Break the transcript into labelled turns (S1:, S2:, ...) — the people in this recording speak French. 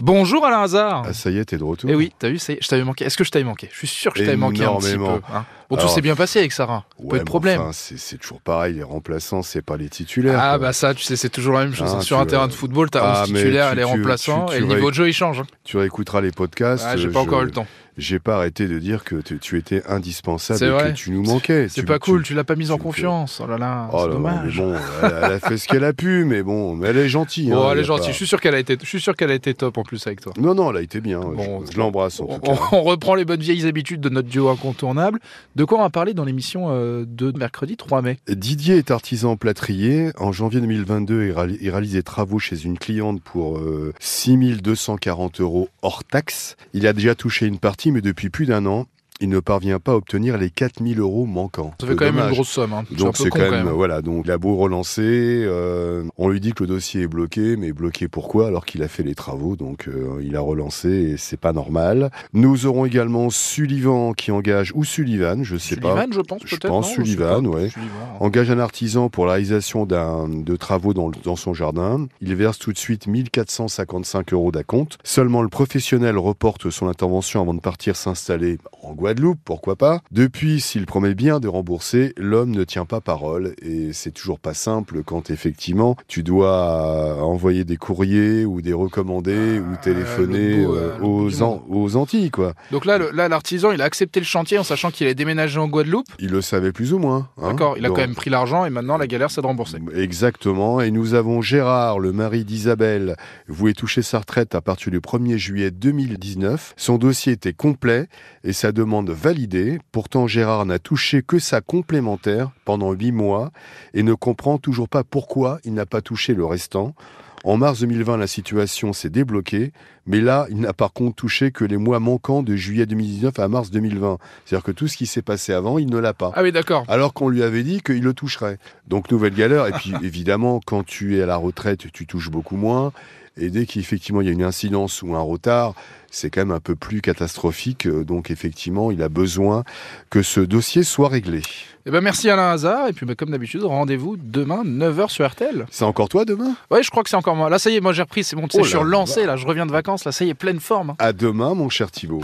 S1: Bonjour Alain Hazard
S2: Ah, ça y est, t'es de retour.
S1: Eh oui, t'as vu, ça y est, je t'avais manqué. Est-ce que je t'avais manqué Je suis sûr que je t'avais manqué un petit peu.
S2: Énormément.
S1: hein. Bon, tout
S2: Alors-
S1: s'est bien passé avec Sarah.
S2: Ouais,
S1: pas de
S2: mais
S1: problème.
S2: enfin, c'est c'est toujours pareil, les remplaçants, c'est pas les titulaires.
S1: ah
S2: quoi.
S1: bah ça, tu sais, c'est toujours la même chose.
S2: Ah,
S1: hein. Sur
S2: tu
S1: un terrain
S2: vas-
S1: de football, t'as
S2: Ah,
S1: 11
S2: mais
S1: titulaires,
S2: tu-
S1: les
S2: tu-
S1: remplaçants,
S2: tu-
S1: et
S2: tu
S1: le niveau
S2: vas-
S1: de jeu, il change. hein.
S2: Tu réécouteras les podcasts.
S1: Ah, j'ai
S2: euh,
S1: pas encore
S2: je-
S1: eu le temps.
S2: J'ai pas arrêté de dire que tu, tu étais indispensable
S1: C'est
S2: et
S1: vrai.
S2: que tu nous manquais.
S1: C'est
S2: Tu-
S1: pas
S2: tu-
S1: cool, tu l'as pas mise en
S2: tu-
S1: confiance. Oh là là,
S2: Oh
S1: c'est
S2: là là, mais
S1: dommage.
S2: bon, elle, elle a fait ce qu'elle a pu, mais bon, mais elle est gentille.
S1: Bon,
S2: hein,
S1: Oh, elle
S2: y
S1: est
S2: a
S1: gentille.
S2: pas-
S1: Je suis sûr qu'elle a été, je suis sûr qu'elle a été top en plus avec toi.
S2: Non, non, elle a été bien. hein,
S1: Bon,
S2: je je l'embrasse en
S1: On,
S2: tout cas.
S1: on reprend les bonnes vieilles habitudes de notre duo incontournable. De quoi on va parler dans l'émission euh, de mercredi 3 mai
S2: Didier est artisan plâtrier. En janvier 2022, il réal- il réalise des travaux chez une cliente pour euh, 6240 euros hors taxe. Il a déjà touché une partie, mais depuis plus d'un an, il ne parvient pas à obtenir les 4000 euros manquants.
S1: Ça fait
S2: C'est
S1: quand même une
S2: dommage.
S1: grosse somme. hein.
S2: Donc
S1: un peu
S2: c'est
S1: con,
S2: quand même, voilà donc il a beau relancer, euh, on lui dit que le dossier est bloqué, mais bloqué pourquoi alors qu'il a fait les travaux, donc euh, il a relancé et c'est pas normal. Nous aurons également Sullivan qui engage ou Sullivan, je sais pas.
S1: Sullivan, je pense
S2: Je
S1: peut-être.
S2: pense
S1: non Je
S2: Sullivan,
S1: sais pas.
S2: ouais.
S1: Sullivan, hein.
S2: Engage un artisan pour la réalisation d'un- de travaux dans, le- dans son jardin. Il verse tout de suite 1455 euros d'acompte. Seulement, le professionnel reporte son intervention avant de partir s'installer en Guadeloupe, pourquoi pas. Depuis, s'il promet bien de rembourser, l'homme ne tient pas parole. Et c'est toujours pas simple quand, effectivement, tu dois euh, envoyer des courriers ou des recommandés
S1: Ah,
S2: ou téléphoner
S1: l'autre bout,
S2: euh,
S1: euh, l'autre bout du
S2: aux, An- aux Antilles, quoi.
S1: Donc là, le- là, l'artisan, il a accepté le chantier en sachant qu'il allait déménager en Guadeloupe.
S2: Il le savait plus ou moins. hein.
S1: D'accord, il a
S2: Donc,
S1: quand même pris l'argent et maintenant la galère, c'est de rembourser.
S2: Exactement. Et nous avons Gérard, le mari d'Isabelle, voulait toucher sa retraite à partir du 1er juillet 2019. Son dossier était complet et sa demande validée. Pourtant, Gérard n'a touché que sa complémentaire pendant huit mois et ne comprend toujours pas pourquoi il n'a pas touché le restant. En mars 2020, la situation s'est débloquée, mais là, il n'a par contre touché que les mois manquants de juillet 2019 à mars 2020. C'est-à-dire que tout ce qui s'est passé avant, il ne l'a pas
S1: Ah oui, d'accord.
S2: alors qu'on lui avait dit qu'il le toucherait. Donc nouvelle galère, et puis évidemment, quand tu es à la retraite, tu touches beaucoup moins, et dès qu'effectivement il y a une incidence ou un retard, c'est quand même un peu plus catastrophique, Euh, donc effectivement, il a besoin que ce dossier soit réglé.
S1: Eh ben merci Alain Hazard. Et puis, bah, comme d'habitude, rendez-vous demain 9h sur RTL.
S2: C'est encore toi demain
S1: Ouais, je crois que c'est encore moi. Là, ça y est, moi j'ai repris, c'est bon, tu sais,
S2: Oh
S1: je suis
S2: là
S1: relancé, là, je reviens de vacances, là, ça y est, pleine forme. hein.
S2: À demain, mon cher Thibault.